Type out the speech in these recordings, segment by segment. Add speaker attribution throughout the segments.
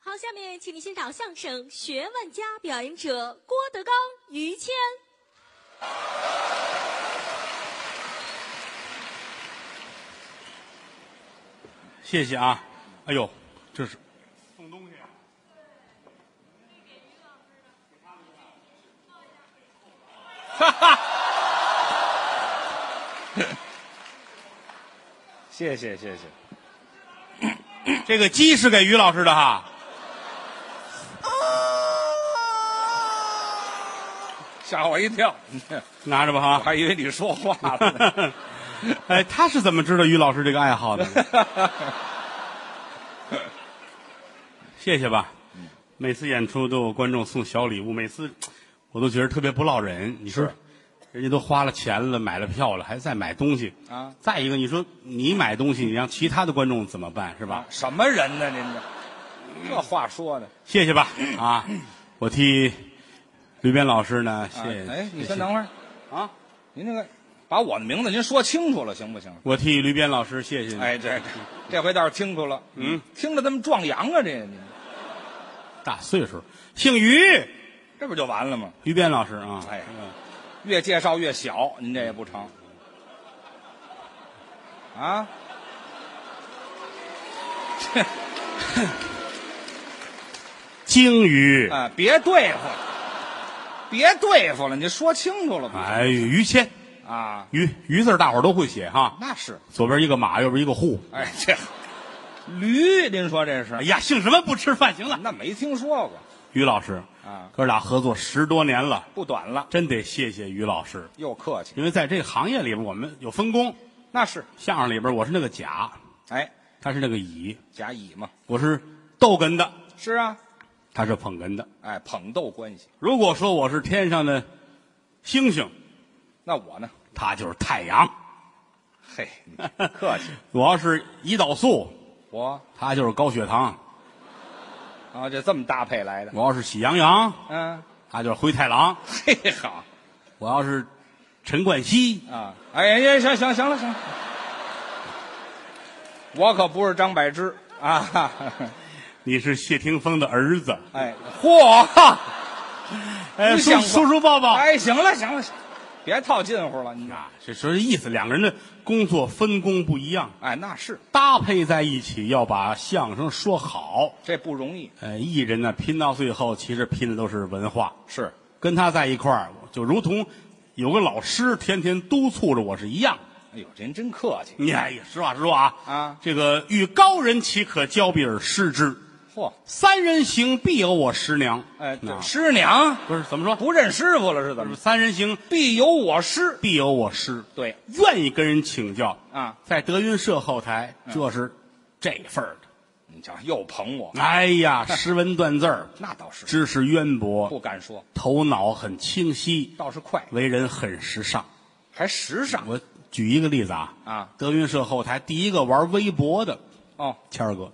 Speaker 1: 好，下面请您欣赏相声《学问家》，表演者郭德纲、于谦。
Speaker 2: 谢谢啊！哎呦，这是送东西啊！
Speaker 3: 谢谢谢谢，
Speaker 2: 这个鸡是给于老师的哈。
Speaker 3: 吓我一跳，
Speaker 2: 拿着吧
Speaker 3: 我
Speaker 2: 哈。
Speaker 3: 还以为你说话 了呢。
Speaker 2: 哎，他是怎么知道于老师这个爱好的？ 谢谢吧。每次演出都有观众送小礼物，每次我都觉得特别不落人。你说
Speaker 3: 是，
Speaker 2: 人家都花了钱了，买了票了，还在买东西
Speaker 3: 啊
Speaker 2: 再一个，你说你买东西，你让其他的观众怎么办？是吧？
Speaker 3: 啊什么人呢？您这这话说的，
Speaker 2: 谢谢吧。啊，我替吕斌老师呢，谢谢。
Speaker 3: 哎，
Speaker 2: 谢
Speaker 3: 你
Speaker 2: 谢
Speaker 3: 先等会儿，
Speaker 2: 啊，
Speaker 3: 您这个把我的名字您说清楚了行不行？
Speaker 2: 我替吕斌老师谢谢你。
Speaker 3: 哎，这这这回倒是清楚了，嗯，听着这么壮阳啊，这您
Speaker 2: 大岁数，姓于，
Speaker 3: 这不就完了吗？
Speaker 2: 于斌老师啊。
Speaker 3: 哎
Speaker 2: 嗯
Speaker 3: 越介绍越小，您这也不成啊？
Speaker 2: 鲸鱼。
Speaker 3: 啊，别对付了，别对付了，你说清楚了吧？
Speaker 2: 哎，于谦，
Speaker 3: 啊，
Speaker 2: 于于字儿大伙儿都会写哈，
Speaker 3: 那是，
Speaker 2: 左边一个马，右边一个户。
Speaker 3: 哎，这驴，您说这是
Speaker 2: 哎？呀，姓什么不吃饭？行了，
Speaker 3: 那没听说过，
Speaker 2: 于老师
Speaker 3: 啊
Speaker 2: 哥俩合作十多年了，
Speaker 3: 不短了，
Speaker 2: 真得谢谢于老师，
Speaker 3: 又客气，
Speaker 2: 因为在这个行业里边，我们有分工，
Speaker 3: 那是，
Speaker 2: 相声里边我是那个甲，
Speaker 3: 哎，
Speaker 2: 他是那个乙，
Speaker 3: 甲乙嘛，
Speaker 2: 我是逗哏的，
Speaker 3: 是啊，
Speaker 2: 他是捧哏的。
Speaker 3: 哎，捧逗关系。
Speaker 2: 如果说我是天上的星星，
Speaker 3: 那我呢？
Speaker 2: 他就是太阳；
Speaker 3: 嘿， 你客气，
Speaker 2: 我要是胰岛素，
Speaker 3: 我
Speaker 2: 他就是高血糖；
Speaker 3: 啊，就这么搭配来的，
Speaker 2: 我要是喜羊羊，
Speaker 3: 嗯，
Speaker 2: 他就是灰太狼。
Speaker 3: 嘿，好
Speaker 2: 我要是陈冠希，
Speaker 3: 啊，哎呀，行行行了行了，我可不是张柏芝啊，哈哈
Speaker 2: 你是谢霆锋的儿子，
Speaker 3: 哎，嚯！
Speaker 2: 哎，
Speaker 3: 你
Speaker 2: 叔
Speaker 3: 想过
Speaker 2: 叔叔抱抱。
Speaker 3: 哎，行了行了，行了别套近乎了，你
Speaker 2: 啊，这说这意思，两个人的工作分工不一样，
Speaker 3: 哎，那是
Speaker 2: 搭配在一起要把相声说好。
Speaker 3: 这不容易，
Speaker 2: 呃，艺人呢拼到最后，其实拼的都是文化。
Speaker 3: 是
Speaker 2: 跟他在一块儿，就如同有个老师天天督促着我是一样。
Speaker 3: 哎呦，您真客气，
Speaker 2: 你哎，实话实说啊，
Speaker 3: 啊
Speaker 2: 这个遇高人岂可交臂而失之？
Speaker 3: 嚯，
Speaker 2: 三人行必有我师娘。
Speaker 3: 哎，这
Speaker 2: 啊
Speaker 3: 师娘
Speaker 2: 不是怎么说？
Speaker 3: 不认师傅了是怎么着？
Speaker 2: 三人行
Speaker 3: 必有我师，
Speaker 2: 必有我师，
Speaker 3: 对，
Speaker 2: 愿意跟人请教
Speaker 3: 啊。
Speaker 2: 在德云社后台，
Speaker 3: 嗯
Speaker 2: 这是这份儿的。
Speaker 3: 你瞧又捧我，
Speaker 2: 哎呀，诗文断字儿，
Speaker 3: 那倒是
Speaker 2: 知识渊
Speaker 3: 不
Speaker 2: 博，
Speaker 3: 敢说，
Speaker 2: 头脑很清晰，
Speaker 3: 倒是快，
Speaker 2: 为人很时尚。
Speaker 3: 还时尚
Speaker 2: 我举一个例子啊，
Speaker 3: 啊，
Speaker 2: 德云社后台第一个玩微博的
Speaker 3: 哦，
Speaker 2: 谦儿哥，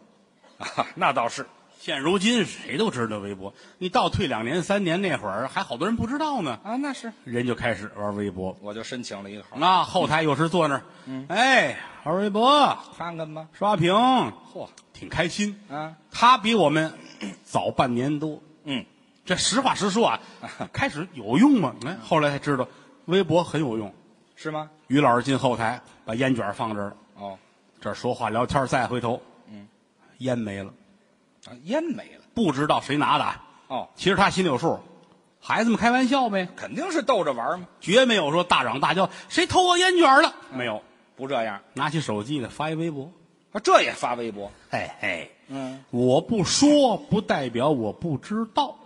Speaker 3: 啊那倒是
Speaker 2: 现如今谁都知道微博。你倒退两年、三年那会儿，还好多人不知道呢，
Speaker 3: 啊，那是，
Speaker 2: 人就开始玩微博。
Speaker 3: 我就申请了一个号，
Speaker 2: 那后台有时坐那儿，哎，玩微博，
Speaker 3: 看看吧，
Speaker 2: 刷屏，
Speaker 3: 嚯，
Speaker 2: 挺开心。
Speaker 3: 啊，
Speaker 2: 他比我们早半年多，
Speaker 3: 嗯，
Speaker 2: 这实话实说啊，开始有用吗？哎，后来才知道微博很有用。
Speaker 3: 是吗？
Speaker 2: 于老师进后台，把烟卷放这儿了，
Speaker 3: 哦，
Speaker 2: 这儿说话聊天，再回头，嗯，烟没了，
Speaker 3: 啊烟没了，
Speaker 2: 不知道谁拿的啊。
Speaker 3: 哦，
Speaker 2: 其实他心里有数，孩子们开玩笑呗，
Speaker 3: 肯定是逗着玩儿嘛，
Speaker 2: 绝没有说大嚷大叫谁偷我烟卷了，没有。
Speaker 3: 不这样，
Speaker 2: 拿起手机呢，发一微博，
Speaker 3: 啊，这也发微博，
Speaker 2: 嘿嘿，
Speaker 3: 嗯，
Speaker 2: 我不说不代表我不知道，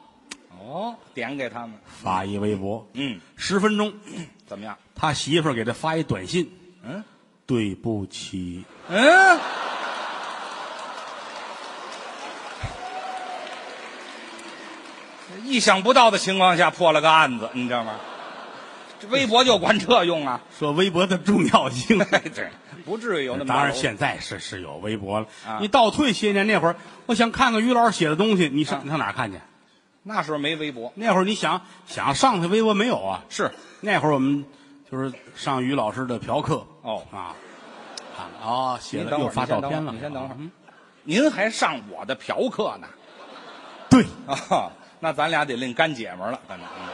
Speaker 3: 哦，点给他们，
Speaker 2: 发一微博，
Speaker 3: 嗯，
Speaker 2: 十分钟，
Speaker 3: 怎么样？
Speaker 2: 他媳妇儿给他发一短信，
Speaker 3: 嗯
Speaker 2: 对不起，
Speaker 3: 嗯，意想不到的情况下破了个案子，你知道吗？这微博就管这用啊？
Speaker 2: 说微博的重要性。哎
Speaker 3: 哎， 对，不至于 有那么大
Speaker 2: 当然，
Speaker 3: 楼
Speaker 2: 现在是是有微博了。
Speaker 3: 啊
Speaker 2: 你倒退些年那会儿，我想看看于老师写的东西，你上、
Speaker 3: 啊
Speaker 2: 你上哪儿看去？
Speaker 3: 那时候没微博，
Speaker 2: 那会儿你想想上他微博没有啊？
Speaker 3: 是
Speaker 2: 那会儿我们就是上于老师的嫖课
Speaker 3: 哦。
Speaker 2: 啊，看了啊、写
Speaker 3: 您
Speaker 2: 了啊
Speaker 3: 等会
Speaker 2: 又
Speaker 3: 儿
Speaker 2: 发
Speaker 3: 你先
Speaker 2: 照
Speaker 3: 等
Speaker 2: 片
Speaker 3: 会
Speaker 2: 了。
Speaker 3: 儿你先等会儿
Speaker 2: 嗯
Speaker 3: 您还上我的嫖课呢？
Speaker 2: 对，
Speaker 3: 啊、那咱俩得另干姐们儿了，反正、嗯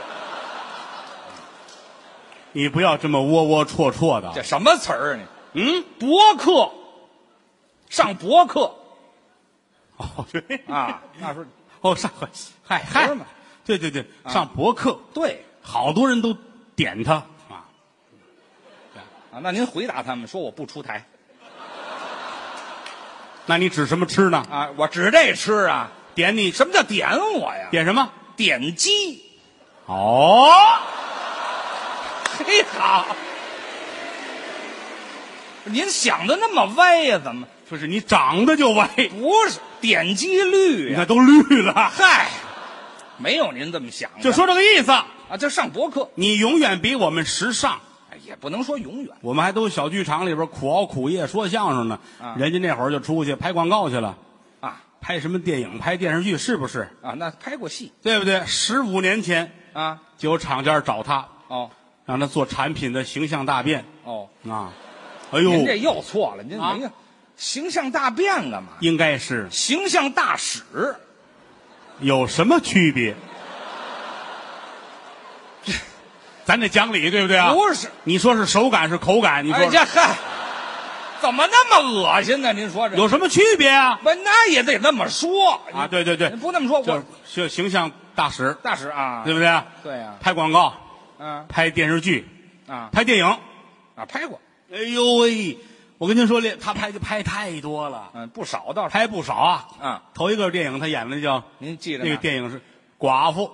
Speaker 2: 你不要这么窝窝戳戳
Speaker 3: 这
Speaker 2: 的。
Speaker 3: 什么词儿啊你？
Speaker 2: 嗯，
Speaker 3: 博客，上博客
Speaker 2: 哦对
Speaker 3: 啊，那时候
Speaker 2: 哦上回嗨嗨
Speaker 3: 是吗，啊
Speaker 2: 对对对，上博客，
Speaker 3: 对
Speaker 2: 好多人都点他啊，
Speaker 3: 啊，那您回答他们说我不出台
Speaker 2: 那你指什么吃呢？
Speaker 3: 啊，我指这吃啊，
Speaker 2: 点你
Speaker 3: 什么叫点我呀？
Speaker 2: 点什么？
Speaker 3: 点 击，
Speaker 2: 哦，
Speaker 3: 嘿好，您想的那么歪呀、怎么
Speaker 2: 就是你长得就歪，
Speaker 3: 不是点击率
Speaker 2: 你
Speaker 3: 呀、
Speaker 2: 看都绿了。
Speaker 3: 嗨，没有您这么想的，
Speaker 2: 就说这个意思，
Speaker 3: 啊，就上博客，
Speaker 2: 你永远比我们时尚。
Speaker 3: 哎也不能说永远
Speaker 2: 我们还都小剧场里边苦熬苦夜说相声呢，
Speaker 3: 啊
Speaker 2: 人家那会儿就出去拍广告去了，
Speaker 3: 啊
Speaker 2: 拍什么电影、拍电视剧，是不是？
Speaker 3: 啊，那拍过戏
Speaker 2: 对不对？十五年前
Speaker 3: 啊，
Speaker 2: 就有厂家找他，
Speaker 3: 哦
Speaker 2: 让他做产品的形象大变
Speaker 3: 哦。
Speaker 2: 啊！哎
Speaker 3: 您这
Speaker 2: 呦，
Speaker 3: 又错了，您
Speaker 2: 啊
Speaker 3: 没有、形象大变干嘛？
Speaker 2: 应该是
Speaker 3: 形象大使，
Speaker 2: 有什么区别？咱得讲理，对不对啊？
Speaker 3: 不是？
Speaker 2: 你说是手感是口感，你
Speaker 3: 哎
Speaker 2: 说
Speaker 3: 这嗨，怎么那么恶心呢？您说这
Speaker 2: 有什么区别啊？
Speaker 3: 不那也得那么说
Speaker 2: 啊，，对对对
Speaker 3: 您，不那么说
Speaker 2: 就是
Speaker 3: 我
Speaker 2: 形形象大使，
Speaker 3: 大使啊，
Speaker 2: 对不对啊？
Speaker 3: 对呀、
Speaker 2: 拍广告、
Speaker 3: 啊，
Speaker 2: 拍电视剧、
Speaker 3: 啊啊
Speaker 2: 拍电影，
Speaker 3: 啊，拍过，
Speaker 2: 哎呦喂！我跟您说，他拍就拍太多了，
Speaker 3: 嗯，不少倒是。
Speaker 2: 拍不少啊。
Speaker 3: 啊，
Speaker 2: 头一个电影他演的叫
Speaker 3: 您记着
Speaker 2: 那个
Speaker 3: 呢
Speaker 2: 电影是寡妇，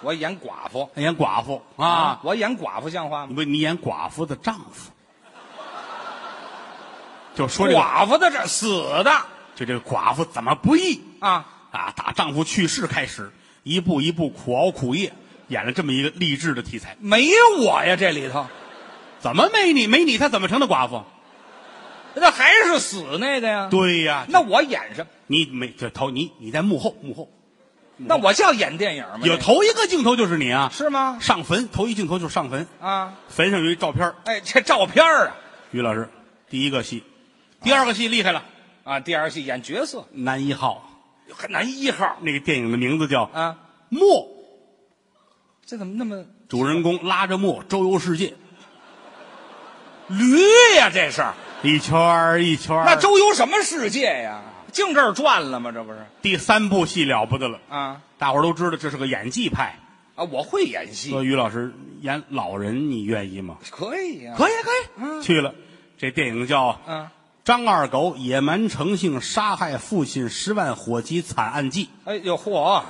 Speaker 3: 我演寡妇
Speaker 2: 他演寡妇啊。
Speaker 3: 我演寡妇像话
Speaker 2: 你
Speaker 3: 吗？
Speaker 2: 不，你演寡妇的丈夫，嗯就说这个，
Speaker 3: 寡妇的这死的
Speaker 2: 就这个寡妇怎么不易
Speaker 3: 啊，
Speaker 2: 啊？打丈夫去世开始，一步一步苦熬苦夜，演了这么一个励志的题材。
Speaker 3: 没我呀，这里头
Speaker 2: 怎么没你？没你，她怎么成的寡妇？
Speaker 3: 那还是死那个呀。
Speaker 2: 对呀，
Speaker 3: 那我演什么？
Speaker 2: 你没这头，你你在幕后，幕后
Speaker 3: 那我叫演电影吗？
Speaker 2: 嗯有
Speaker 3: 这个
Speaker 2: 头一个镜头就是你啊，
Speaker 3: 是吗？
Speaker 2: 上坟头一镜头就是上坟，
Speaker 3: 啊，
Speaker 2: 坟上有一照片儿。
Speaker 3: 哎，这照片儿啊
Speaker 2: 于老师，第一个戏，第二个戏厉害了，
Speaker 3: 啊，第二戏演角色
Speaker 2: 男一号，
Speaker 3: 很难一号
Speaker 2: 那个电影的名字叫《
Speaker 3: 啊，
Speaker 2: 墨》，
Speaker 3: 这怎么那么
Speaker 2: 主人公拉着墨周游世界，
Speaker 3: 驴呀、这是
Speaker 2: 一圈儿一圈儿。
Speaker 3: 那周游什么世界呀？净这儿转了吗？这不是
Speaker 2: 第三部戏了不得了，
Speaker 3: 啊
Speaker 2: 大伙儿都知道这是个演技派。
Speaker 3: 啊！我会演戏，
Speaker 2: 说于老师演老人，你愿意吗？
Speaker 3: 可以呀、
Speaker 2: 可以，可以。嗯去了，这电影叫
Speaker 3: 啊，
Speaker 2: 张二狗野蛮成性杀害父亲十万火急惨案记，
Speaker 3: 哎呦嚯，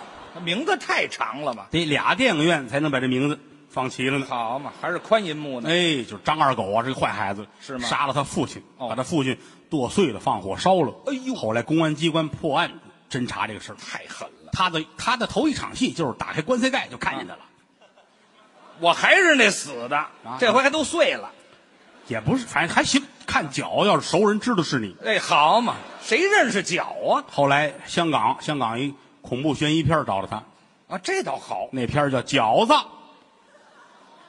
Speaker 3: 名字太长了吧？
Speaker 2: 得俩电影院才能把这名字放齐了呢。
Speaker 3: 好嘛，还是宽银幕呢。
Speaker 2: 哎，就是张二狗啊，是个坏孩子，
Speaker 3: 是吗
Speaker 2: 杀了他父亲，
Speaker 3: 哦
Speaker 2: 把他父亲剁碎了，放火烧了。
Speaker 3: 哎呦
Speaker 2: 后来公安机关破案，侦查这个事儿。
Speaker 3: 太狠了！
Speaker 2: 他的他的头一场戏就是打开棺材盖就看见他
Speaker 3: 啊
Speaker 2: 了，
Speaker 3: 我还是那死的，
Speaker 2: 啊
Speaker 3: 这回还都碎了。
Speaker 2: 也不是，反正还行。看脚，要是熟人知道是你。
Speaker 3: 哎，好嘛，谁认识脚啊？
Speaker 2: 后来香港香港一恐怖悬疑片儿找了他，
Speaker 3: 啊，这倒好，
Speaker 2: 那片儿叫《饺子》，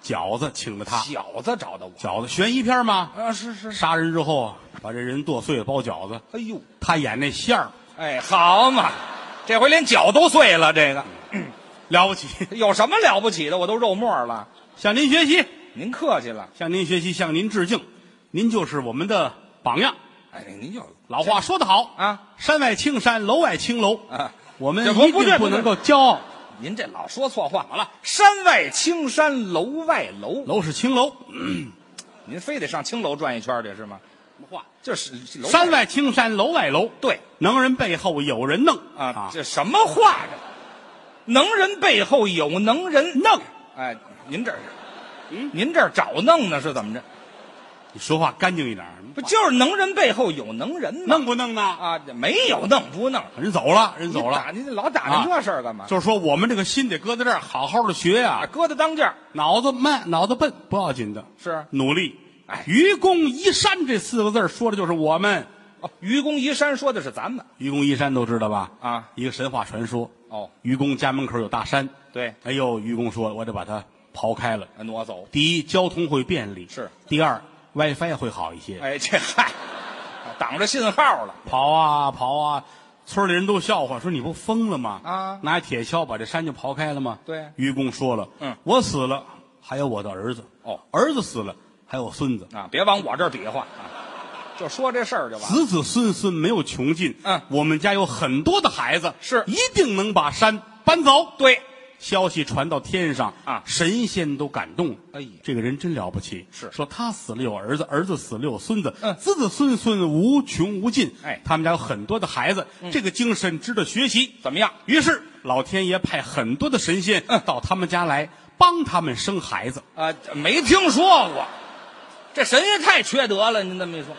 Speaker 2: 饺子请了他，
Speaker 3: 饺子找的我。
Speaker 2: 饺子悬疑片嘛，
Speaker 3: 啊，是是，
Speaker 2: 杀人之后啊，把这人剁碎了包饺子，
Speaker 3: 哎呦，
Speaker 2: 他演那馅儿
Speaker 3: 哎，好嘛，这回连脚都碎了，这个
Speaker 2: 嗯了不起，
Speaker 3: 有什么了不起的？我都肉沫了，
Speaker 2: 向您学习，
Speaker 3: 您客气了。
Speaker 2: 向您学习，向您致敬，您就是我们的榜样。
Speaker 3: 哎，您就
Speaker 2: 老话说得好
Speaker 3: 啊，
Speaker 2: 山外青山，楼外青楼
Speaker 3: 啊
Speaker 2: 我们
Speaker 3: 这不
Speaker 2: 一
Speaker 3: 不
Speaker 2: 定
Speaker 3: 对
Speaker 2: 不
Speaker 3: 不对
Speaker 2: 能够骄傲。
Speaker 3: 您这老说错话。好了，山外青山楼外楼，
Speaker 2: 楼是青楼，
Speaker 3: 嗯您非得上青楼转一圈去是吗？
Speaker 2: 什么话？
Speaker 3: 就是楼
Speaker 2: 山外青山，楼外楼，
Speaker 3: 对
Speaker 2: 能人背后有人弄
Speaker 3: 啊，这什么话这？能人背后有能人，
Speaker 2: 弄，
Speaker 3: 哎，您这儿，您这儿找弄呢是怎么着？
Speaker 2: 你说话干净一点儿，
Speaker 3: 不就是能人背后有能人吗？
Speaker 2: 弄不弄呢？
Speaker 3: 啊，没有弄不弄，啊
Speaker 2: 人走了，人走
Speaker 3: 你
Speaker 2: 了
Speaker 3: 打，您老打听这事儿干嘛？
Speaker 2: 就是说我们这个心得搁在这儿，好好的学
Speaker 3: 啊，
Speaker 2: 呀、
Speaker 3: 搁在当间儿
Speaker 2: 脑子慢，脑子笨不要紧的，
Speaker 3: 是啊
Speaker 2: 努力
Speaker 3: 哎。
Speaker 2: 愚公移山这四个字儿说的就是我们。
Speaker 3: 哦，愚公移山说的是咱们
Speaker 2: 愚公移山都知道吧？
Speaker 3: 啊，
Speaker 2: 一个神话传说。
Speaker 3: 哦，
Speaker 2: 愚公家门口有大山，
Speaker 3: 对，
Speaker 2: 哎呦，愚公说我得把它刨开了。
Speaker 3: 挪走。
Speaker 2: 第一，交通会便利；
Speaker 3: 是。哎
Speaker 2: 第二，WiFi 会好一些。
Speaker 3: 哎，这嗨，挡着信号了
Speaker 2: 刨啊刨啊，村里人都笑话，说你不疯了吗？
Speaker 3: 啊
Speaker 2: 拿铁锹把这山就刨开了吗？
Speaker 3: 对
Speaker 2: 愚公说了，
Speaker 3: 嗯
Speaker 2: 我死了，还有我的儿子，
Speaker 3: 哦，
Speaker 2: 儿子死了，还有我孙子，
Speaker 3: 啊，别往我这儿比划啊，就说这事儿就完了。
Speaker 2: 子子孙孙没有穷尽。
Speaker 3: 嗯
Speaker 2: 我们家有很多的孩子，
Speaker 3: 是
Speaker 2: 一定能把山搬走。
Speaker 3: 对，
Speaker 2: 消息传到天上
Speaker 3: 啊
Speaker 2: 神仙都感动了。
Speaker 3: 哎呀
Speaker 2: 这个人真了不起！
Speaker 3: 是
Speaker 2: 说他死了有儿子，儿子死了有孙子，
Speaker 3: 嗯
Speaker 2: 子子孙孙无穷无尽。
Speaker 3: 哎嗯
Speaker 2: 他们家有很多的孩子，这个精神值得学习。
Speaker 3: 怎么样？
Speaker 2: 于是老天爷派很多的神仙
Speaker 3: 嗯
Speaker 2: 到他们家来帮他们生孩子。
Speaker 3: 啊、没听说过，这神也太缺德了。您这么一说，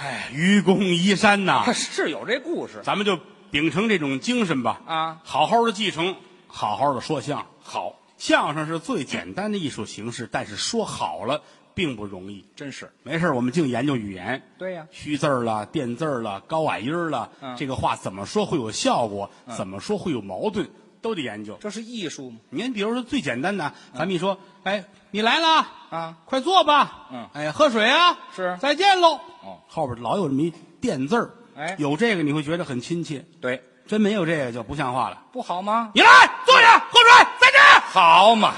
Speaker 2: 哎，愚公移山呐、
Speaker 3: 啊是有这故事。
Speaker 2: 咱们就秉承这种精神吧，
Speaker 3: 啊
Speaker 2: 好好的继承，好好的说相声。
Speaker 3: 好，
Speaker 2: 相声是最简单的艺术形式，但是说好了并不容易。
Speaker 3: 真是
Speaker 2: 没事儿我们净研究语言，
Speaker 3: 对呀
Speaker 2: 虚字儿了、垫字儿了、高矮音儿了，
Speaker 3: 嗯
Speaker 2: 这个话怎么说会有效果，怎么说会有矛盾，都得研究。
Speaker 3: 这是艺术吗？
Speaker 2: 您比如说最简单的，
Speaker 3: 嗯
Speaker 2: 咱们一说，哎，你来了
Speaker 3: 啊，
Speaker 2: 快坐吧，
Speaker 3: 嗯
Speaker 2: 哎，喝水啊，
Speaker 3: 是
Speaker 2: 再见喽。
Speaker 3: 哦，
Speaker 2: 后边老有这么一垫字儿，
Speaker 3: 哎
Speaker 2: 有这个你会觉得很亲切，
Speaker 3: 对，
Speaker 2: 真没有这个就不像话了。
Speaker 3: 不好吗？
Speaker 2: 你来坐下喝水，再见。
Speaker 3: 好嘛，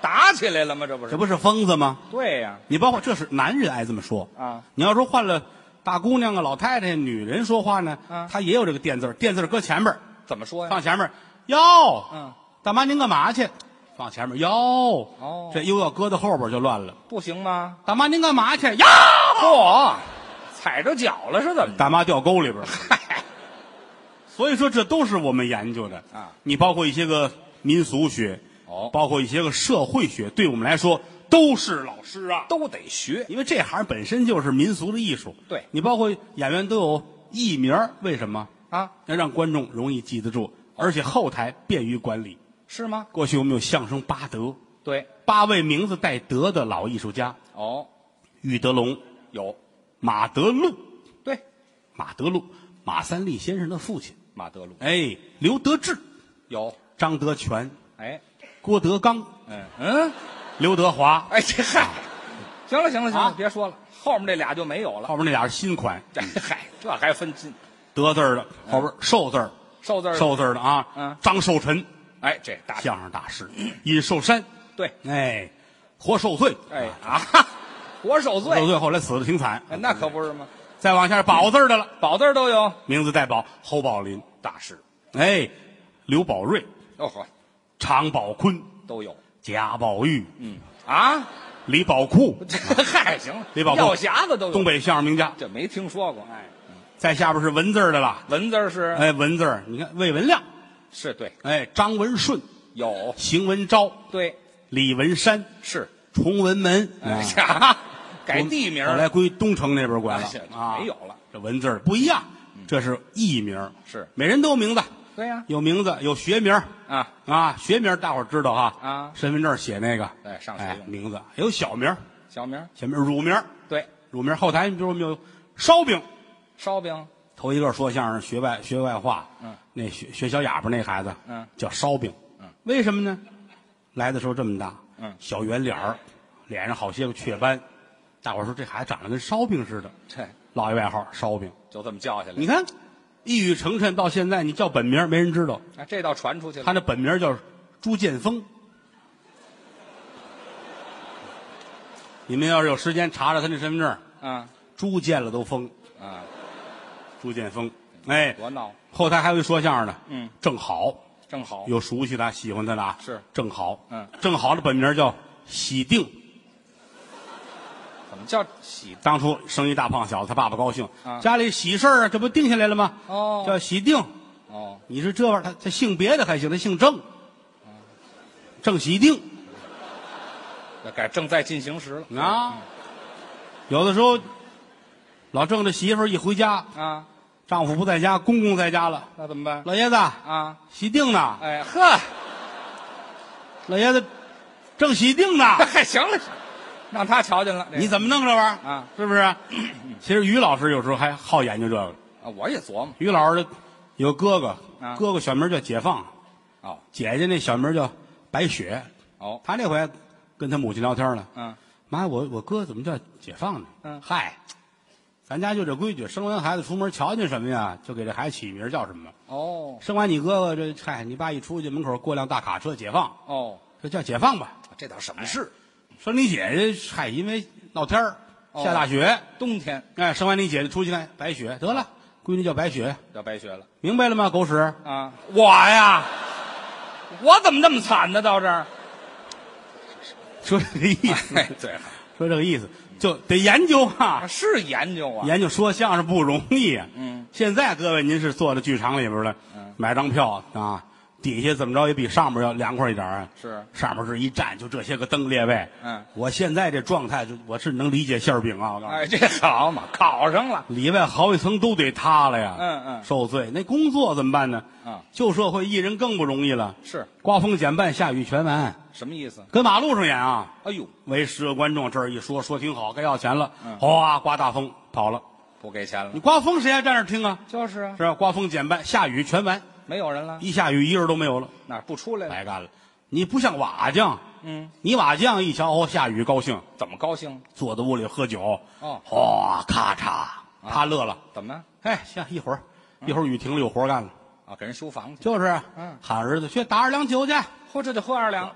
Speaker 3: 打起来了吗？这不
Speaker 2: 这
Speaker 3: 是？
Speaker 2: 不是疯子吗？
Speaker 3: 对呀、
Speaker 2: 你包括这是男人爱这么说
Speaker 3: 啊。
Speaker 2: 你要说换了大姑娘啊、老太太、女人说话呢，
Speaker 3: 啊
Speaker 2: 她也有这个垫字儿，垫字儿搁前边儿，
Speaker 3: 怎么说呀？
Speaker 2: 放前面儿，哟，
Speaker 3: 嗯，
Speaker 2: 大妈您干嘛去？放前面儿，哟，
Speaker 3: 哦
Speaker 2: 这又要搁到后边儿就乱了。
Speaker 3: 不行吗？
Speaker 2: 大妈您干嘛去？哟，
Speaker 3: 嚯、踩着脚了是怎么着？
Speaker 2: 大妈掉沟里 边儿。所以说，这都是我们研究的
Speaker 3: 啊。
Speaker 2: 你包括一些个民俗学，
Speaker 3: 哦
Speaker 2: 包括一些个社会学，对我们来说都是老师啊。
Speaker 3: 都得学。
Speaker 2: 因为这行本身就是民俗的艺术。
Speaker 3: 对
Speaker 2: 你包括演员都有艺名儿，为什么
Speaker 3: 啊？
Speaker 2: 要让观众容易记得住，而且后台便于管理。
Speaker 3: 是吗？
Speaker 2: 过去我们有相声八德，
Speaker 3: 对，
Speaker 2: 八位名字带“德”的老艺术家：
Speaker 3: 哦，
Speaker 2: 玉德龙、
Speaker 3: 有，
Speaker 2: 马德禄、
Speaker 3: 对，
Speaker 2: 马德禄、马三立先生的父亲，
Speaker 3: 马德禄
Speaker 2: 哎，刘德志、
Speaker 3: 有，
Speaker 2: 张德全、
Speaker 3: 哎，
Speaker 2: 郭德纲、
Speaker 3: 嗯嗯，
Speaker 2: 刘德华，
Speaker 3: 哎，这嗨，行了行了行了，
Speaker 2: 啊嗯
Speaker 3: 别说了，后面这俩就没有了。
Speaker 2: 后边那俩是新款，
Speaker 3: 这嗨，这还分金
Speaker 2: 德字儿的，后边寿字儿，
Speaker 3: 嗯寿字儿
Speaker 2: 寿字儿的啊，
Speaker 3: 嗯
Speaker 2: 张寿臣，
Speaker 3: 哎，这大
Speaker 2: 相声大师，尹寿山。
Speaker 3: 对，
Speaker 2: 哎，活受罪，
Speaker 3: 哎
Speaker 2: 啊
Speaker 3: 啊，我
Speaker 2: 活受
Speaker 3: 受罪，
Speaker 2: 罪后来死的挺惨。
Speaker 3: 哎那可不是吗？
Speaker 2: 再往下是宝字儿的了，
Speaker 3: 宝字儿都有
Speaker 2: 名字带宝，侯宝林
Speaker 3: 大师，
Speaker 2: 哎，刘宝瑞、
Speaker 3: 哦呵，
Speaker 2: 常宝坤、
Speaker 3: 都有，
Speaker 2: 贾宝玉、
Speaker 3: 嗯啊，
Speaker 2: 李宝库，
Speaker 3: 这 嗨，行了，
Speaker 2: 李宝库
Speaker 3: 药匣子都有，
Speaker 2: 嗯东北相声名家。
Speaker 3: 这没听说过，哎，
Speaker 2: 再下边是文字儿的了，
Speaker 3: 文字儿是
Speaker 2: 哎，文字儿，你看魏文亮，
Speaker 3: 是对，
Speaker 2: 哎，张文顺、
Speaker 3: 有
Speaker 2: 邢文昭、
Speaker 3: 对
Speaker 2: 李文山、
Speaker 3: 是，
Speaker 2: 崇文门，
Speaker 3: 哎
Speaker 2: 啊
Speaker 3: 呀， 改地名儿
Speaker 2: 后来归东城那边管
Speaker 3: 哎是
Speaker 2: 了啊，
Speaker 3: 没有了，
Speaker 2: 这文字儿不一样，这是艺名儿，
Speaker 3: 是
Speaker 2: 每人都有名字，
Speaker 3: 对呀
Speaker 2: 有名字，有学名儿
Speaker 3: 啊，
Speaker 2: 啊，学名儿大伙儿知道哈
Speaker 3: 啊
Speaker 2: 身份证写那个，
Speaker 3: 哎上学
Speaker 2: 哎
Speaker 3: 用
Speaker 2: 名字有小名儿，
Speaker 3: 小名儿
Speaker 2: 小名儿乳名儿，
Speaker 3: 对，
Speaker 2: 乳名儿后台，你比如我们有烧饼，
Speaker 3: 烧饼
Speaker 2: 头一个说相声学外学外话，
Speaker 3: 嗯，
Speaker 2: 那学学小哑巴那孩子，
Speaker 3: 嗯
Speaker 2: 叫烧饼，
Speaker 3: 嗯，
Speaker 2: 为什么呢？来的时候这么大，
Speaker 3: 嗯
Speaker 2: 小圆脸儿，脸上好些个雀斑，大伙儿说这孩子长得跟烧饼似的，
Speaker 3: 这
Speaker 2: 落一外号烧饼。
Speaker 3: 就这么叫下来
Speaker 2: 你。看，一语成谶，到现在你叫本名儿没人知道，
Speaker 3: 啊，这倒传出去
Speaker 2: 他那
Speaker 3: 了。
Speaker 2: 本名叫朱建峰。你们要是有时间查查他那身份证，
Speaker 3: 啊
Speaker 2: 朱见了都疯，
Speaker 3: 啊，
Speaker 2: 朱建峰。哎，
Speaker 3: 多闹！
Speaker 2: 后台还有一说相声的，
Speaker 3: 嗯，
Speaker 2: 正好
Speaker 3: 正好
Speaker 2: 有熟悉的、喜欢他的啊，
Speaker 3: 是
Speaker 2: 正好，
Speaker 3: 嗯，
Speaker 2: 正好的本名叫喜定。
Speaker 3: 怎么叫喜
Speaker 2: 当初生一大胖小子，他爸爸高兴，
Speaker 3: 啊
Speaker 2: 家里喜事儿啊，这不定下来了吗？
Speaker 3: 哦
Speaker 2: 叫喜定。
Speaker 3: 哦？
Speaker 2: 你说这玩意儿，他他姓别的还行，他姓郑，郑喜定
Speaker 3: 这改正在进行时了
Speaker 2: 啊。有的时候，老郑这媳妇儿一回家，
Speaker 3: 啊？
Speaker 2: 丈夫不在家，公公在家了，
Speaker 3: 那怎么办？
Speaker 2: 老爷子
Speaker 3: 啊，
Speaker 2: 喜定呢，
Speaker 3: 哎呵，
Speaker 2: 老爷子郑喜定呢，
Speaker 3: 嗨，行了，让他瞧见了。这个
Speaker 2: 你怎么弄这玩意儿
Speaker 3: 啊？
Speaker 2: 是不是？其实于老师有时候还好研究这个。
Speaker 3: 啊我也琢磨
Speaker 2: 于老师有个哥哥
Speaker 3: 啊，
Speaker 2: 哥哥小名叫解放，
Speaker 3: 哦
Speaker 2: 姐姐那小名叫白雪。
Speaker 3: 哦，
Speaker 2: 他那回跟他母亲聊天呢，
Speaker 3: 嗯，
Speaker 2: 妈，我我哥怎么叫解放呢？
Speaker 3: 嗯
Speaker 2: 嗨，咱家就这规矩，生完孩子出门瞧见什么呀，就给这孩子起名叫什么。
Speaker 3: 哦
Speaker 2: 生完你哥哥这，嗨，你爸一出去门口过辆大卡车，解放，
Speaker 3: 哦，
Speaker 2: 就叫解放吧。
Speaker 3: 这倒什么事？
Speaker 2: 生你姐，嗨，因为闹天儿，
Speaker 3: 哦
Speaker 2: 下大雪，
Speaker 3: 冬天
Speaker 2: 哎，生完你姐出去看白雪，得了，闺女叫白雪，
Speaker 3: 要白雪了
Speaker 2: 明白了吗？狗屎，
Speaker 3: 啊！我呀，我怎么那么惨呢？到这儿，
Speaker 2: 说这个意思，
Speaker 3: 哎，对了
Speaker 2: 说这个意思，就得研究
Speaker 3: 啊
Speaker 2: 啊，
Speaker 3: 是研究啊，
Speaker 2: 研究说相声不容易啊。
Speaker 3: 嗯，
Speaker 2: 现在各位您是坐在剧场里边了，
Speaker 3: 嗯
Speaker 2: 买张票啊，底下怎么着也比上面要凉快一点啊。
Speaker 3: 是
Speaker 2: 上面是一站就这些个灯列位，
Speaker 3: 嗯，
Speaker 2: 我现在这状态就我是能理解馅儿饼啊，我告诉你，
Speaker 3: 哎，这好嘛，考上了，
Speaker 2: 里外好几层都得塌了呀，
Speaker 3: 嗯嗯
Speaker 2: 受罪。那工作怎么办呢？
Speaker 3: 嗯
Speaker 2: 旧社会艺人更不容易了，
Speaker 3: 是
Speaker 2: 刮风减半，下雨全完，
Speaker 3: 什么意思？
Speaker 2: 跟马路上演啊，
Speaker 3: 哎呦，
Speaker 2: 为十个观众这儿一说说挺好，该要钱了，
Speaker 3: 嗯
Speaker 2: 哗、刮大风跑了，
Speaker 3: 不给钱了
Speaker 2: 你，刮风谁还站那儿听啊？
Speaker 3: 就是啊，
Speaker 2: 是吧？刮风减半，下雨全完，
Speaker 3: 没有人了，
Speaker 2: 一下雨一人都没有了，
Speaker 3: 哪儿不出来了？
Speaker 2: 白干了。你不像瓦匠，
Speaker 3: 嗯，
Speaker 2: 你瓦匠一瞧哦下雨高兴，
Speaker 3: 怎么高兴？
Speaker 2: 坐在屋里喝酒，
Speaker 3: 哦
Speaker 2: 哗、咔
Speaker 3: 啊
Speaker 2: 嚓，他乐了，
Speaker 3: 怎么
Speaker 2: 哎，行，一会儿一会儿雨停了有活干了，
Speaker 3: 啊？给人修房去？
Speaker 2: 就是，啊
Speaker 3: 嗯哎
Speaker 2: 喊儿子去打二两酒去，
Speaker 3: 嚯，这就喝二两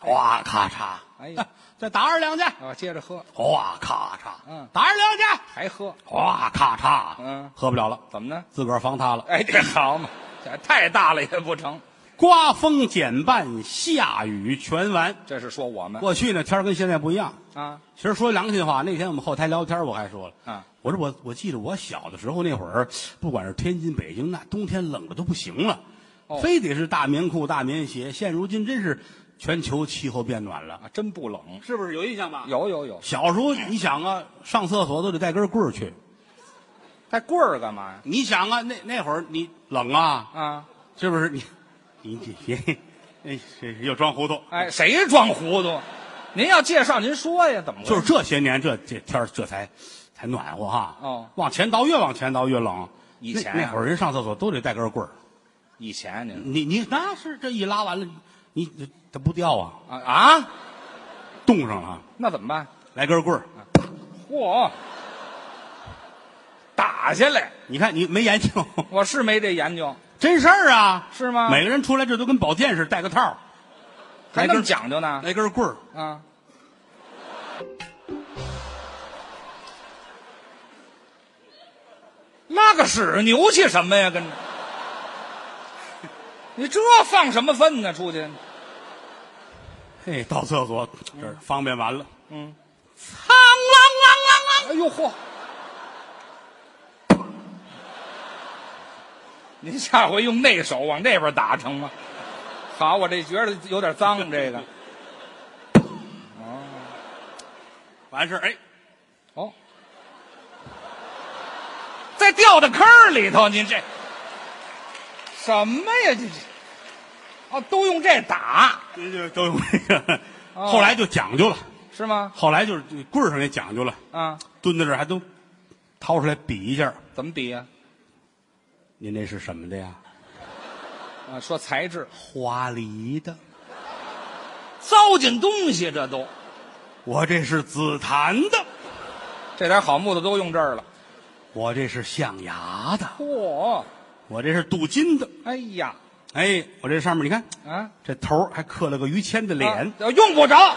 Speaker 2: 哗咔嚓，
Speaker 3: 哎呀，
Speaker 2: 再打二两去，
Speaker 3: 啊，接着喝，
Speaker 2: 哗咔嚓，
Speaker 3: 嗯
Speaker 2: 打二两去，
Speaker 3: 还喝，
Speaker 2: 哗咔嚓，
Speaker 3: 嗯
Speaker 2: 喝不了了，
Speaker 3: 怎么呢？
Speaker 2: 自个儿房塌了。
Speaker 3: 哎，这好嘛，这太大了也不成。
Speaker 2: 刮风减半，下雨全完。
Speaker 3: 这是说我们
Speaker 2: 过去呢，天儿跟现在不一样。
Speaker 3: 啊，
Speaker 2: 其实说良心话，那天我们后台聊天，我还说了，
Speaker 3: 啊，
Speaker 2: 我说我我记得我小的时候那会儿，不管是天津、北京，那冬天冷的都不行了，
Speaker 3: 哦
Speaker 2: 非得是大棉裤、大棉鞋。现如今真是全球气候变暖了，
Speaker 3: 啊，真不冷。
Speaker 2: 嗯是不是有印象吧？
Speaker 3: 有有有，
Speaker 2: 小时候你想啊，上厕所都得带根棍儿去。
Speaker 3: 带棍儿干嘛呀？
Speaker 2: 你想啊，那那会儿你冷啊，
Speaker 3: 啊，
Speaker 2: 是不是？你你你 别，哎，这又装糊涂。
Speaker 3: 哎，谁装糊涂？您要介绍，您说呀，怎么回事
Speaker 2: 就是这些年这这天儿这才才暖和哈。
Speaker 3: 哦
Speaker 2: 往前倒越往前倒越冷。
Speaker 3: 以前啊
Speaker 2: 那那会儿人上厕所都得带根棍儿，
Speaker 3: 以前您
Speaker 2: 你你那是这一拉完了，你你它不掉啊，
Speaker 3: 啊啊，
Speaker 2: 冻上了啊，
Speaker 3: 那怎么办？
Speaker 2: 来根棍儿。
Speaker 3: 啊嚯，打下来，
Speaker 2: 你看你没研究，
Speaker 3: 我是没这研究，
Speaker 2: 真事儿啊，
Speaker 3: 是吗
Speaker 2: 每个人出来这都跟宝剑似的，带个套儿，
Speaker 3: 还
Speaker 2: 来
Speaker 3: 那
Speaker 2: 根
Speaker 3: 么讲究呢？
Speaker 2: 来根棍儿。
Speaker 3: 啊，拉个屎牛气什么呀？跟着， 你这放什么粪呢？出去，
Speaker 2: 嘿，到厕所这儿方便完了，
Speaker 3: 嗯，
Speaker 2: 嘡啷啷啷啷，
Speaker 3: 哎呦嚯！您下回用那手往那边打成吗？好，我这觉得有点脏，这个
Speaker 2: 完事儿哎，
Speaker 3: 哦，再掉到坑儿里头，您这什么呀？这这哦，都用这打
Speaker 2: 这就都有那个，
Speaker 3: 哦
Speaker 2: 后来就讲究了，
Speaker 3: 是吗？
Speaker 2: 后来就是棍儿上也讲究了。
Speaker 3: 啊，
Speaker 2: 蹲在这儿还都掏出来比一下，
Speaker 3: 怎么比呀、
Speaker 2: 您这是什么的呀？
Speaker 3: 啊？说材质，
Speaker 2: 花梨的，
Speaker 3: 糟践东西，这都
Speaker 2: 我这是紫檀的，
Speaker 3: 这点好木头都用这儿了。
Speaker 2: 我这是象牙的，
Speaker 3: 嚯、
Speaker 2: 我这是镀金的。
Speaker 3: 哎呀，
Speaker 2: 哎，我这上面你看，
Speaker 3: 啊，
Speaker 2: 这头儿还刻了个于谦的脸，
Speaker 3: 啊用不着，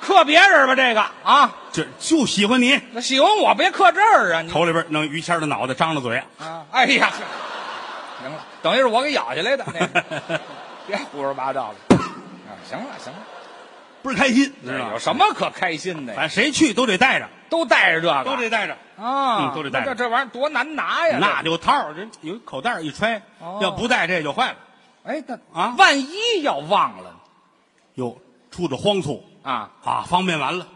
Speaker 3: 克别人吧这个啊，
Speaker 2: 这就喜欢你。
Speaker 3: 那喜欢我别克这儿啊你
Speaker 2: 头里边弄于谦的脑袋，张着嘴，
Speaker 3: 啊，哎呀，行了，等于是我给咬下来的，那是别 胡说八道了啊，行了行了，
Speaker 2: 倍儿开心，知道吗？
Speaker 3: 有什么可开心的
Speaker 2: 反正
Speaker 3: 呀？
Speaker 2: 谁去都得带着，
Speaker 3: 哎都带着这个，
Speaker 2: 都得带着，
Speaker 3: 啊，
Speaker 2: 嗯都得带着
Speaker 3: 这这玩意儿多难拿哎呀！
Speaker 2: 那
Speaker 3: 这
Speaker 2: 有套儿，这有口袋儿一揣，
Speaker 3: 哦
Speaker 2: 要不带这就坏了。
Speaker 3: 哎，那
Speaker 2: 啊
Speaker 3: 万一要忘了呢
Speaker 2: 哟，出的慌促
Speaker 3: 啊，
Speaker 2: 啊，方便完了。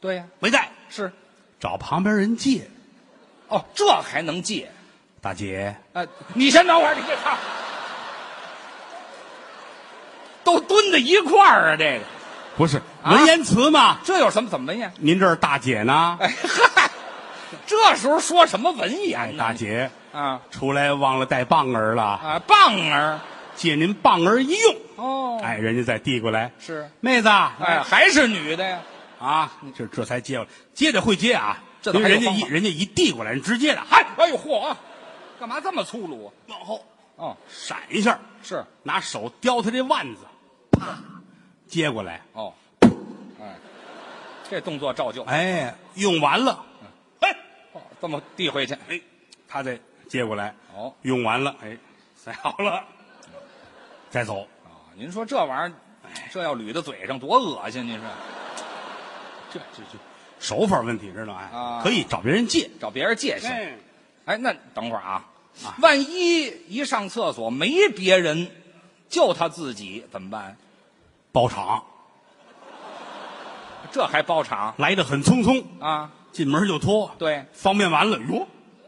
Speaker 3: 对呀，
Speaker 2: 没带，
Speaker 3: 是
Speaker 2: 找旁边人借。
Speaker 3: 哦，这还能借？
Speaker 2: 大姐，
Speaker 3: 啊，你先等会儿，你这看，都蹲在一块儿啊，这个
Speaker 2: 不是
Speaker 3: 啊
Speaker 2: 文言词嘛？
Speaker 3: 这有什么怎么文言？
Speaker 2: 您这儿大姐呢？
Speaker 3: 哎嗨，这时候说什么文言
Speaker 2: 哎，
Speaker 3: 呢？
Speaker 2: 大姐，
Speaker 3: 啊
Speaker 2: 出来忘了带棒儿了，
Speaker 3: 啊，棒儿
Speaker 2: 借您棒儿一用。
Speaker 3: 哦，
Speaker 2: 哎，人家再递过来，
Speaker 3: 是
Speaker 2: 妹子，哎
Speaker 3: 哎，还是女的呀？
Speaker 2: 啊，这这才接过来，接得会接啊，
Speaker 3: 这
Speaker 2: 因
Speaker 3: 倒
Speaker 2: 为
Speaker 3: 还有
Speaker 2: 人家
Speaker 3: 方
Speaker 2: 一
Speaker 3: 法
Speaker 2: 人家一递过来，人直接的，
Speaker 3: 哎
Speaker 2: 嗨，，
Speaker 3: 哎呦嚯啊！干嘛这么粗鲁啊？
Speaker 2: 往后
Speaker 3: 哦，
Speaker 2: 闪一下，
Speaker 3: 是
Speaker 2: 拿手叼他这腕子，啪，接过来，
Speaker 3: 哦，哎，这动作照旧，
Speaker 2: 哎，用完了，哎
Speaker 3: 哦这么递回去。
Speaker 2: 哎，他再接过来，
Speaker 3: 哦
Speaker 2: 用完了，哎，塞好了，
Speaker 3: 嗯
Speaker 2: 再走，
Speaker 3: 啊，您说这玩意儿，哎这要捋到嘴上多恶心！您说
Speaker 2: 这这这手法问题知道哎，
Speaker 3: 啊
Speaker 2: 可以找别人借，
Speaker 3: 找别人借去？
Speaker 2: 哎，
Speaker 3: 哎，那等会儿啊
Speaker 2: 啊，
Speaker 3: 万一一上厕所没别人，就他自己怎么办？
Speaker 2: 包场
Speaker 3: 这还包场
Speaker 2: 来的很匆匆，
Speaker 3: 啊？
Speaker 2: 进门就脱，
Speaker 3: 对
Speaker 2: 方便完了，哟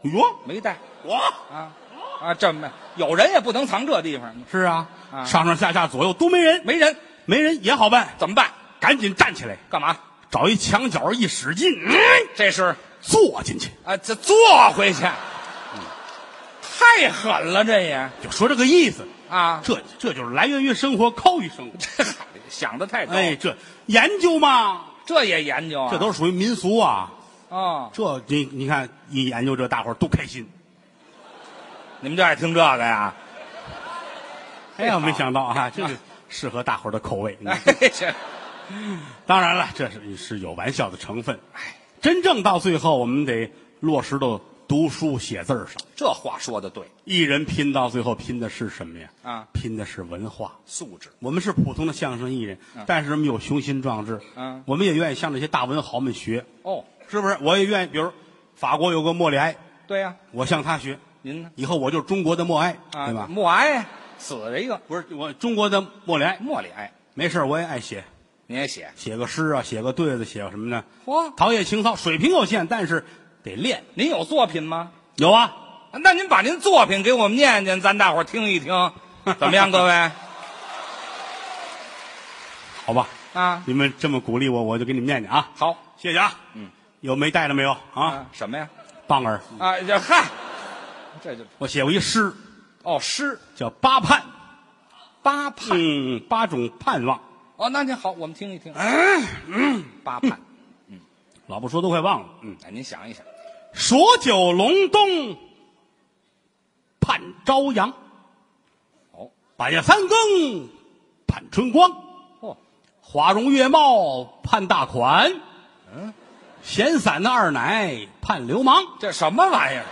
Speaker 2: 哟，
Speaker 3: 没带
Speaker 2: 我
Speaker 3: 啊啊，这没有人也不能藏这地方，
Speaker 2: 是啊，
Speaker 3: 啊
Speaker 2: 上上下下左右都没人，
Speaker 3: 没人
Speaker 2: 没人也好办，
Speaker 3: 怎么办？
Speaker 2: 赶紧站起来，
Speaker 3: 干嘛？
Speaker 2: 找一墙角一使劲，嗯
Speaker 3: 这是
Speaker 2: 坐进去，
Speaker 3: 啊，这坐回去，嗯太狠了，这也
Speaker 2: 就说这个意思。
Speaker 3: 啊，
Speaker 2: 这这就是来源于生活，高于生活。
Speaker 3: 想的太高，
Speaker 2: 哎，这研究嘛，
Speaker 3: 这也研究啊，
Speaker 2: 这都是属于民俗啊。
Speaker 3: 啊，
Speaker 2: 这你你看一研究这，大伙儿都开心。
Speaker 3: 你们就爱听这个呀？
Speaker 2: 哎呀，
Speaker 3: 好
Speaker 2: 没想到啊，这个适合大伙儿的口味。 嗯
Speaker 3: 哎，这
Speaker 2: 当然了，这是是有玩笑的成分。哎，真正到最后，我们得落实到读书写字儿上。
Speaker 3: 这话说的对，
Speaker 2: 艺人拼到最后拼的是什么呀？
Speaker 3: 啊
Speaker 2: 拼的是文化。
Speaker 3: 素质
Speaker 2: 我们是普通的相声艺人，但是我们有雄心壮志。
Speaker 3: 嗯
Speaker 2: 我们也愿意向这些大文豪们学，
Speaker 3: 哦，
Speaker 2: 是不是？我也愿意，比如法国有个莫里埃，
Speaker 3: 对呀，
Speaker 2: 我向他学，
Speaker 3: 您呢？
Speaker 2: 以后我就是中国的默哀，
Speaker 3: 啊，
Speaker 2: 对吧？
Speaker 3: 默哀死了一个
Speaker 2: 不是我中国的莫里埃，
Speaker 3: 莫里哀，
Speaker 2: 没事儿我也爱写，
Speaker 3: 您也写，
Speaker 2: 写个诗啊，写个对子，写个什么呢？
Speaker 3: 嚯，
Speaker 2: 陶冶情操，水平有限，但是得练。
Speaker 3: 您有作品吗？
Speaker 2: 有啊，
Speaker 3: 那您把您作品给我们念念，咱大伙儿听 一听，怎么样，各位
Speaker 2: 好吧，
Speaker 3: 啊？
Speaker 2: 你们这么鼓励我，我就给你们念念啊，
Speaker 3: 好
Speaker 2: 谢谢啊。
Speaker 3: 嗯，
Speaker 2: 有没带的没有啊？嗯
Speaker 3: 啊，什么呀？
Speaker 2: 棒儿，
Speaker 3: 啊，这嗨，这就
Speaker 2: 我写过一诗
Speaker 3: 哦诗
Speaker 2: 叫《八盼》，
Speaker 3: 八盼
Speaker 2: 嗯，八种盼望。
Speaker 3: 哦，那您好，我们听一听
Speaker 2: 哎嗯
Speaker 3: 八 盼。
Speaker 2: 老不说都快忘了。嗯，
Speaker 3: 哎，您想一想，
Speaker 2: 数九隆冬，盼朝阳；
Speaker 3: 哦
Speaker 2: 半夜三更，盼春光；
Speaker 3: 哦，
Speaker 2: 花容月貌，盼大款。嗯，闲散的二奶盼流氓，
Speaker 3: 这什么玩意儿？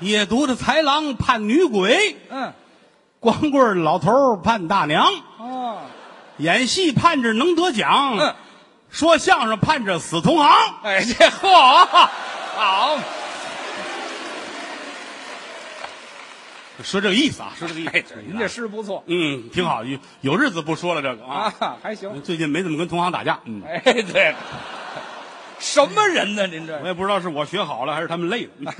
Speaker 2: 夜读的豺狼盼女鬼，
Speaker 3: 嗯，
Speaker 2: 光棍儿老头儿盼大娘，
Speaker 3: 哦，
Speaker 2: 演戏盼着能得奖，
Speaker 3: 嗯，
Speaker 2: 说相声盼着死同 行。
Speaker 3: 哎，这嚯，好，
Speaker 2: 说这个意思啊，说这个意思。
Speaker 3: 哎，这您这诗不错
Speaker 2: 嗯，挺好，有有日子不说了这个
Speaker 3: 啊
Speaker 2: 啊。，
Speaker 3: 还行。
Speaker 2: 最近没怎么跟同行打架，嗯，
Speaker 3: 哎，对，什么人呢？您
Speaker 2: 我
Speaker 3: 这
Speaker 2: 也不知道是我学好了还是他们累 了。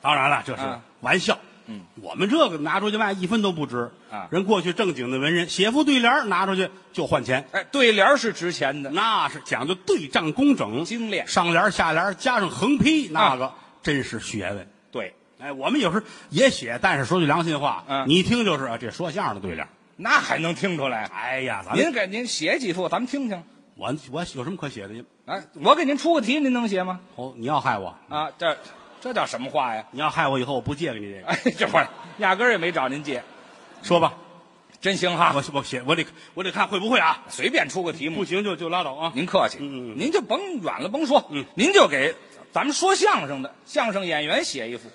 Speaker 2: 当然了，这是
Speaker 3: 啊
Speaker 2: 玩笑。嗯，我们这个拿出去卖一分都不值
Speaker 3: 啊
Speaker 2: 人过去正经的文人写副对联儿拿出去就换钱，
Speaker 3: 哎，对联儿是值钱的，
Speaker 2: 那是讲究对仗工整、
Speaker 3: 精炼
Speaker 2: 上联儿下联儿加上横批，那
Speaker 3: 啊
Speaker 2: 个真是学问。
Speaker 3: 对，
Speaker 2: 哎，我们有时也写，但是说句良心话，
Speaker 3: 嗯
Speaker 2: 你一听就是啊，这说相声的对联儿。
Speaker 3: 那还能听出来？
Speaker 2: 哎呀，咱
Speaker 3: 您
Speaker 2: 们
Speaker 3: 给您写几副，咱们听听。
Speaker 2: 我我有什么可写的？
Speaker 3: 哎，我给您出个题，您能写吗？
Speaker 2: 哦，你要害我，
Speaker 3: 啊，这这叫什么话呀？
Speaker 2: 你要害我以后我不借给你这个。
Speaker 3: 哎，这会儿压根儿也没找您借，
Speaker 2: 说吧，
Speaker 3: 真行哈！
Speaker 2: 我我写我得我得看会不会啊，
Speaker 3: 随便出个题目
Speaker 2: 不，行就就拉倒啊。
Speaker 3: 您客气，
Speaker 2: 嗯嗯嗯
Speaker 3: 您就甭远了，甭说，
Speaker 2: 嗯
Speaker 3: 您就给咱们说相声的相声演员写一幅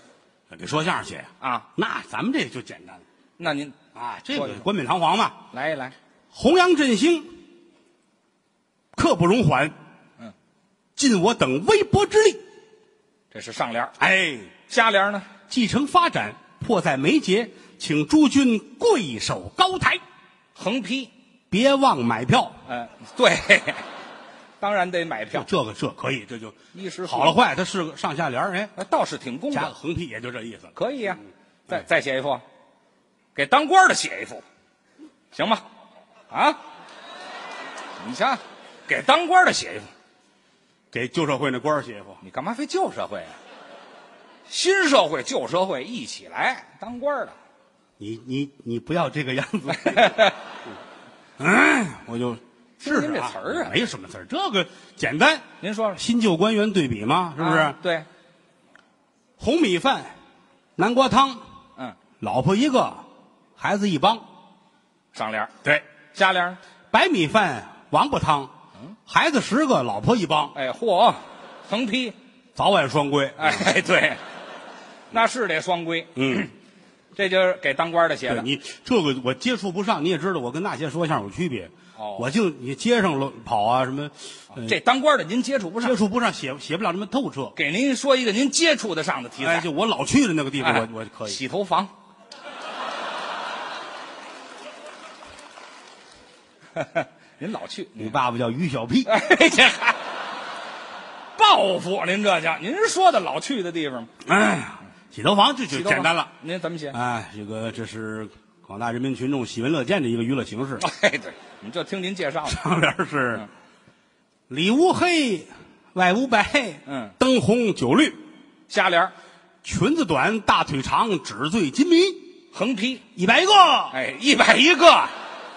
Speaker 2: 给说相声写呀、
Speaker 3: 啊。
Speaker 2: 那咱们这就简单了
Speaker 3: 那您
Speaker 2: 啊，这
Speaker 3: 说
Speaker 2: 个
Speaker 3: 一说
Speaker 2: 冠冕堂皇嘛，
Speaker 3: 来一来，
Speaker 2: 弘扬振兴，刻不容缓。
Speaker 3: 嗯，
Speaker 2: 尽我等微薄之力，
Speaker 3: 这是上联儿，
Speaker 2: 哎，
Speaker 3: 下联儿呢？
Speaker 2: 继承发展，迫在眉睫，请诸君贵守高台，
Speaker 3: 横批，
Speaker 2: 别忘买票。
Speaker 3: 嗯、对， 当然得买票，
Speaker 2: 这个这可以，这就
Speaker 3: 衣食父母
Speaker 2: 好了坏，它是个上下联儿哎，
Speaker 3: 那倒是挺公
Speaker 2: 加个嗯
Speaker 3: 道，
Speaker 2: 横批也就这意思了。
Speaker 3: 可以呀、再再写一幅，给当官的写一幅，行吗？啊，你瞧，给当官的写一幅，
Speaker 2: 给旧社会那官儿写一幅，
Speaker 3: 你干嘛非旧社会啊？新社会、旧社会一起来，当官的
Speaker 2: 你你你不要这个样 子。嗯，我就试试、
Speaker 3: 您
Speaker 2: 啊、
Speaker 3: 这词儿啊
Speaker 2: 没什么词儿，这个简单，
Speaker 3: 您说说，
Speaker 2: 新旧官员对比嘛，是不是？
Speaker 3: 啊对，
Speaker 2: 红米饭，南瓜汤，
Speaker 3: 嗯，
Speaker 2: 老婆一个，孩子一帮。
Speaker 3: 上联儿
Speaker 2: 对，
Speaker 3: 下联儿，
Speaker 2: 白米饭，王八汤，孩子十个，老婆一帮，
Speaker 3: 哎，嚯，横批，
Speaker 2: 早晚双规。
Speaker 3: 哎，对，那是得双规，
Speaker 2: 嗯，
Speaker 3: 这就是给当官的写
Speaker 2: 对
Speaker 3: 的。
Speaker 2: 你这个我接触不上，你也知道，我跟那些说相声有区别。
Speaker 3: 哦
Speaker 2: 我净你街上乱跑啊，什么，呃
Speaker 3: 这当官的您接触不上
Speaker 2: 接，触不上，写写不了那么透彻。
Speaker 3: 给您说一个您接触得上的题材。
Speaker 2: 哎，就我老去的那个地方，
Speaker 3: 哎
Speaker 2: 我我可以。
Speaker 3: 洗头房。 您老去，
Speaker 2: 你爸爸叫于小屁，
Speaker 3: 哎，这还 报复您这叫您说的老去的地方吗，
Speaker 2: 哎呀，洗头房这就
Speaker 3: 洗头房
Speaker 2: 简单了。。
Speaker 3: 您怎么写？
Speaker 2: 哎，这个这是广大人民群众喜闻乐见的一个娱乐形 式。
Speaker 3: 哎，对，你就听您介绍的。
Speaker 2: 上联是里屋黑，外屋白，
Speaker 3: 嗯
Speaker 2: 灯红酒绿，
Speaker 3: 下联儿
Speaker 2: 裙子短，大腿长，纸醉金迷，
Speaker 3: 横批，
Speaker 2: 一百个。
Speaker 3: 哎，一百一个，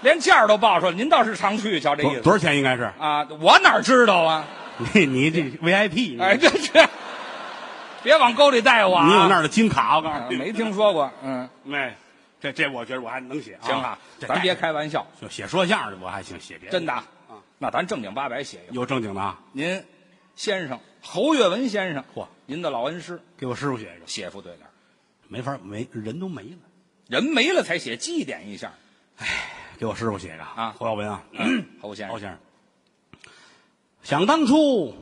Speaker 3: 连价儿都报出来。您倒是常去，瞧这
Speaker 2: 多
Speaker 3: 意思
Speaker 2: 多少钱应该是？
Speaker 3: 啊！我哪知道啊？
Speaker 2: 你你这 VIP，你
Speaker 3: 哎，这这，别往沟里带我啊！
Speaker 2: 你有那儿的金卡，我告
Speaker 3: 啊
Speaker 2: 诉你。
Speaker 3: 没听说过？嗯，
Speaker 2: 哎，这这我觉得我还能写啊。
Speaker 3: 行啊，
Speaker 2: 这
Speaker 3: 咱别
Speaker 2: 带哎
Speaker 3: 开玩笑，
Speaker 2: 就写说相声的我还行，写别
Speaker 3: 真
Speaker 2: 的
Speaker 3: 的啊。那咱正经八百写一个。
Speaker 2: 有正经的啊，
Speaker 3: 您先生侯月文先生，
Speaker 2: 嚯
Speaker 3: 您的老恩师
Speaker 2: 给我师傅写一个，
Speaker 3: 写副对联儿，
Speaker 2: 没法没人都没了，
Speaker 3: 人没了才写，祭奠一下。
Speaker 2: 给我师傅写一个
Speaker 3: 啊
Speaker 2: 侯耀文啊，
Speaker 3: 侯先
Speaker 2: 侯
Speaker 3: 生，
Speaker 2: 先生，想当初，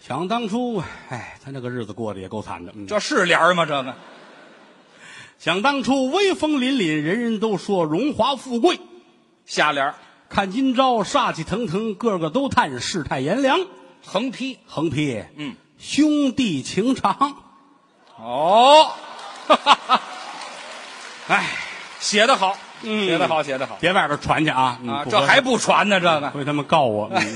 Speaker 2: 想当初，哎，他那个日子过得也够惨的。嗯
Speaker 3: 这是联儿吗？这个
Speaker 2: 想当初威风凛凛，人人都说荣华富贵，
Speaker 3: 下联儿
Speaker 2: 看今朝煞气腾腾，个个都叹世态炎凉。
Speaker 3: 横批，
Speaker 2: 横批，
Speaker 3: 嗯，
Speaker 2: 兄弟情长，
Speaker 3: 哦，哎，写得好，
Speaker 2: 嗯
Speaker 3: 写得好，写得好
Speaker 2: 别外边传去啊！嗯
Speaker 3: 啊！
Speaker 2: 不
Speaker 3: 这
Speaker 2: 合
Speaker 3: 还不哎传呢，这个。
Speaker 2: 会他们告我。嗯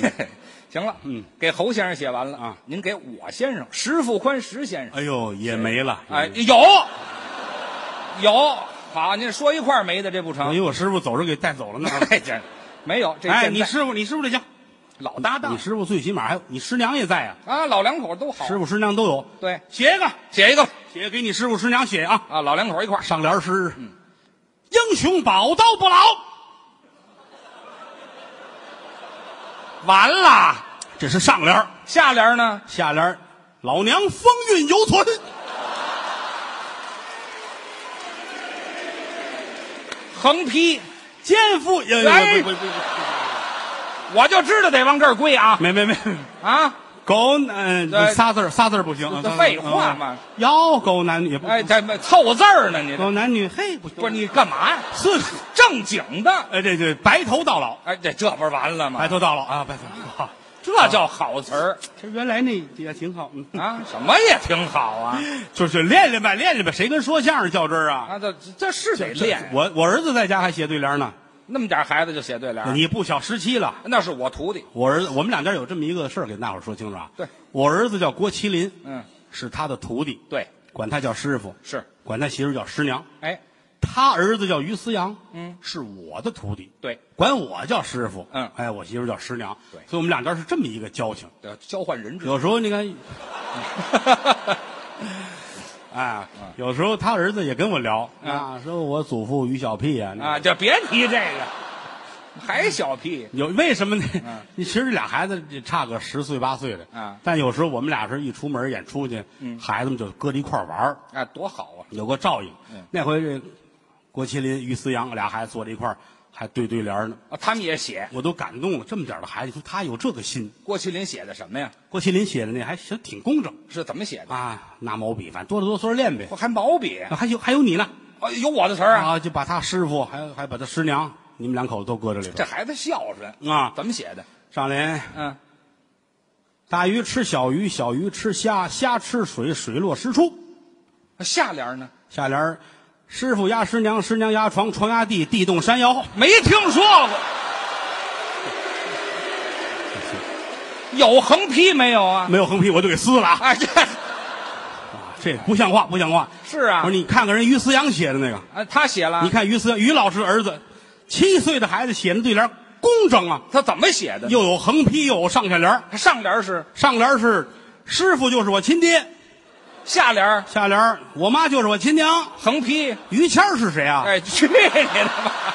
Speaker 3: 行了，
Speaker 2: 嗯，
Speaker 3: 给侯先生写完了
Speaker 2: 啊
Speaker 3: 您给我先生石富宽石先生，
Speaker 2: 哎呦，也没了。
Speaker 3: 哎，
Speaker 2: 也没了，
Speaker 3: 有有，好，您说一块儿没的这不
Speaker 2: 因
Speaker 3: 成？
Speaker 2: 哎为我师傅走着给带走了呢。
Speaker 3: 哎，这没有，这
Speaker 2: 哎，
Speaker 3: 现
Speaker 2: 你
Speaker 3: 在
Speaker 2: 师傅，你师傅这行，
Speaker 3: 老搭档
Speaker 2: 你师傅最起码还有你师娘也在啊，
Speaker 3: 啊，老两口都好，
Speaker 2: 师傅师娘都有。
Speaker 3: 对，
Speaker 2: 写一个，
Speaker 3: 写一个吧
Speaker 2: 写给你师傅师娘写啊。
Speaker 3: 啊，老两口一块儿
Speaker 2: 上联是：英雄宝刀不老。
Speaker 3: 完了，
Speaker 2: 这是上联儿，
Speaker 3: 下联呢？
Speaker 2: 下联儿老娘风韵犹存。
Speaker 3: 横批，
Speaker 2: 奸夫也
Speaker 3: 哎
Speaker 2: 不不不
Speaker 3: 我就知道得往这儿归啊
Speaker 2: 没没没，
Speaker 3: 啊！
Speaker 2: 狗嗯
Speaker 3: 对
Speaker 2: 仨字儿仨字儿不行，
Speaker 3: 这
Speaker 2: 嗯
Speaker 3: 废话嘛。
Speaker 2: 嗯要狗男女也不
Speaker 3: 哎，这凑字儿呢，你
Speaker 2: 狗男女嘿不行
Speaker 3: 不是你干嘛呀？
Speaker 2: 嗯四
Speaker 3: 正经的，
Speaker 2: 哎这这白头到老
Speaker 3: 哎，这这不是完了吗
Speaker 2: 白？头到老啊白头到老，
Speaker 3: 这叫好词儿。
Speaker 2: 其实原来那也挺好，嗯
Speaker 3: 啊，什么也挺好啊！
Speaker 2: 就是练练吧练练吧，谁跟说相声较真儿啊？
Speaker 3: 啊，这这是得练。
Speaker 2: 我我儿子在家还写对联呢，
Speaker 3: 那么点孩子就写对联儿，
Speaker 2: 你不小十七了。
Speaker 3: 那是我徒弟。
Speaker 2: 我儿子，我们两家有这么一个事儿，给大伙儿说清楚啊。
Speaker 3: 对，
Speaker 2: 我儿子叫郭麒麟，
Speaker 3: 嗯，
Speaker 2: 是他的徒弟，
Speaker 3: 对，
Speaker 2: 管他叫师傅，
Speaker 3: 是。
Speaker 2: 管他媳妇儿叫师娘。
Speaker 3: 哎，
Speaker 2: 他儿子叫于思阳，嗯，是我的徒弟，
Speaker 3: 对，
Speaker 2: 管我叫师傅，
Speaker 3: 嗯
Speaker 2: 哎，我媳妇儿叫师娘，
Speaker 3: 对
Speaker 2: 所以我们两家是这么一个交情。
Speaker 3: 得交换 人质。
Speaker 2: 有时候你看，哎，有时候他儿子也跟我聊啊，说我祖父于小屁啊，
Speaker 3: 啊，就别提这个，还小屁。
Speaker 2: 有为什么呢？ 你其实俩孩子也差个十岁八岁的，
Speaker 3: 啊
Speaker 2: 但有时候我们俩是一出门演出去，孩子们就搁在一块儿玩儿
Speaker 3: 啊，多好啊！
Speaker 2: 有个照应。那回这郭麒麟、于思阳俩孩子坐在一块儿还对对联儿呢，
Speaker 3: 啊，他们也写。
Speaker 2: 我都感动了。这么点儿的孩子，说他有这个心。
Speaker 3: 郭麒麟写的什么呀？
Speaker 2: 郭麒麟写的那还行，挺工整
Speaker 3: 是怎么写的？
Speaker 2: 啊，拿毛笔，反正多多多少练呗
Speaker 3: 我。还毛笔
Speaker 2: 啊，还有还有你呢
Speaker 3: 啊，有我的词儿啊。
Speaker 2: 啊，就把他师傅还有还把他师娘，你们两口子都搁这里
Speaker 3: 这
Speaker 2: 头
Speaker 3: 孩子孝顺，
Speaker 2: 啊。
Speaker 3: 怎么写的？
Speaker 2: 上联
Speaker 3: 嗯，
Speaker 2: 大鱼吃小鱼，小鱼吃虾，虾吃水，水落石出。
Speaker 3: 下联呢？
Speaker 2: 下联儿师傅压师娘，师娘压床，床压地，地动山摇。
Speaker 3: 没听说过。有横批没有啊？
Speaker 2: 没有横批我就给撕了啊！
Speaker 3: 哎，这
Speaker 2: 这不像话，不像话。
Speaker 3: 是啊
Speaker 2: 我说你看看人于思洋写的那个，
Speaker 3: 啊，他写了，
Speaker 2: 你看于思洋于老师儿子，七岁的孩子写的对联工整啊，
Speaker 3: 他怎么写的？
Speaker 2: 又有横批，又有上下联儿。
Speaker 3: 他上联是，
Speaker 2: 上联是“师傅就是我亲爹
Speaker 3: 下联”，
Speaker 2: 下联儿“我妈就是我亲娘
Speaker 3: 横批，”。
Speaker 2: 于谦儿是谁啊？
Speaker 3: 哎，去你的吧！